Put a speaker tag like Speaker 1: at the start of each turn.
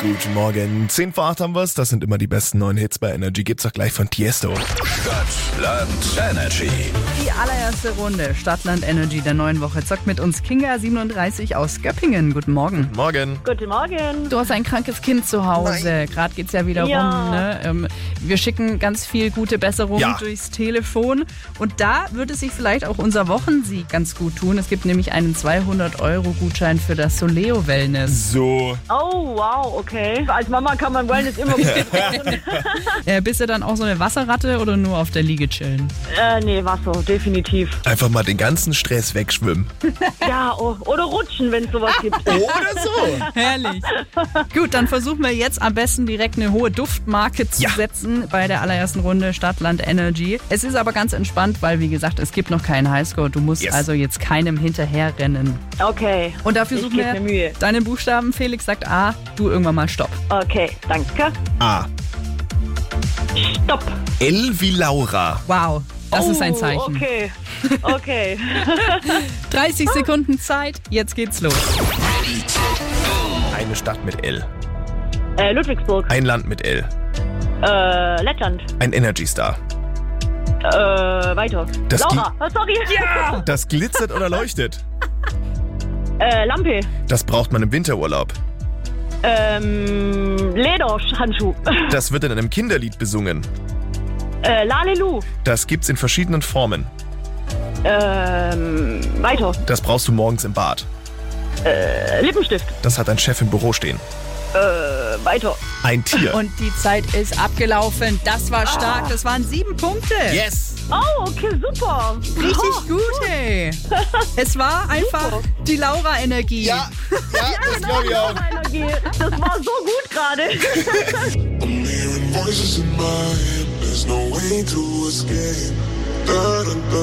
Speaker 1: Guten Morgen. 10 vor 8 haben wir's. Das sind immer die besten neuen Hits bei Energy. Gibt's auch gleich von Tiesto.
Speaker 2: Stadtland Energy.
Speaker 3: Die allererste Runde Stadtland Energy der neuen Woche zockt mit uns Kinga 37 aus Göppingen. Guten Morgen.
Speaker 1: Morgen.
Speaker 4: Guten Morgen.
Speaker 3: Du hast ein krankes Kind zu Hause. Gerade geht's ja wieder
Speaker 4: Ja.
Speaker 3: rum. Ne? Ähm, wir schicken ganz viel gute Besserung
Speaker 1: Ja.
Speaker 3: durchs Telefon. Und da würde sich vielleicht auch unser Wochensieg ganz gut tun. Es gibt nämlich einen 200-Euro-Gutschein für das Soleo Wellness.
Speaker 1: So.
Speaker 4: Oh, wow, okay. Als Mama kann man Wellness immer gut
Speaker 3: Äh, bist du dann auch so eine Wasserratte oder nur auf der Liege chillen?
Speaker 4: Äh, nee, Wasser, definitiv.
Speaker 1: Einfach mal den ganzen Stress wegschwimmen.
Speaker 4: Ja, oh, oder rutschen, wenn es sowas gibt.
Speaker 1: Oder so.
Speaker 3: Herrlich. Gut, dann versuchen wir jetzt am besten direkt eine hohe Duftmarke zu
Speaker 1: Ja.
Speaker 3: setzen bei der allerersten Runde Stadtland Energy. Es ist aber ganz entspannt, weil wie gesagt, es gibt noch keinen Highscore. Du musst
Speaker 1: Yes.
Speaker 3: also jetzt keinem hinterherrennen.
Speaker 4: Okay,
Speaker 3: Und dafür
Speaker 4: Ich
Speaker 3: suchen
Speaker 4: geb mir Mühe.
Speaker 3: wir deinen Buchstaben. Felix sagt A, du irgendwann mal Stopp.
Speaker 4: okay, danke.
Speaker 1: A.
Speaker 4: Stopp.
Speaker 1: L wie Laura.
Speaker 3: Wow, das ist ein
Speaker 4: Oh,
Speaker 3: Zeichen.
Speaker 4: Okay, okay.
Speaker 3: 30 Sekunden Zeit, jetzt geht's los.
Speaker 1: Eine Stadt mit L.
Speaker 4: äh, Ludwigsburg,
Speaker 1: Ein Land mit L.
Speaker 4: äh, Lettland,
Speaker 1: Ein Energy Star.
Speaker 4: äh, weiter.
Speaker 1: Das
Speaker 4: Laura, oh, sorry. Ja.
Speaker 1: Das glitzert oder leuchtet.
Speaker 4: Äh, Lampe,
Speaker 1: Das braucht man im Winterurlaub.
Speaker 4: ähm, Lederhandschuh,
Speaker 1: Das wird in einem Kinderlied besungen.
Speaker 4: äh, Lalelu,
Speaker 1: Das gibt's in verschiedenen Formen.
Speaker 4: ähm, weiter.
Speaker 1: Das brauchst du morgens im Bad.
Speaker 4: Äh, Lippenstift,
Speaker 1: Das hat ein Chef im Büro stehen.
Speaker 4: äh, weiter.
Speaker 1: Ein Tier.
Speaker 3: Und die Zeit ist abgelaufen. Das war stark. Das waren sieben Punkte.
Speaker 1: yes.
Speaker 4: Oh, okay, super.
Speaker 3: Richtig gut, hey. Es war einfach die Laura-Energie.
Speaker 1: Ja, ja, das glaube ich auch.
Speaker 4: Energie. Das war so gut gerade.
Speaker 5: I'm hearing voices in my head. There's no way to escape. Da, da, da.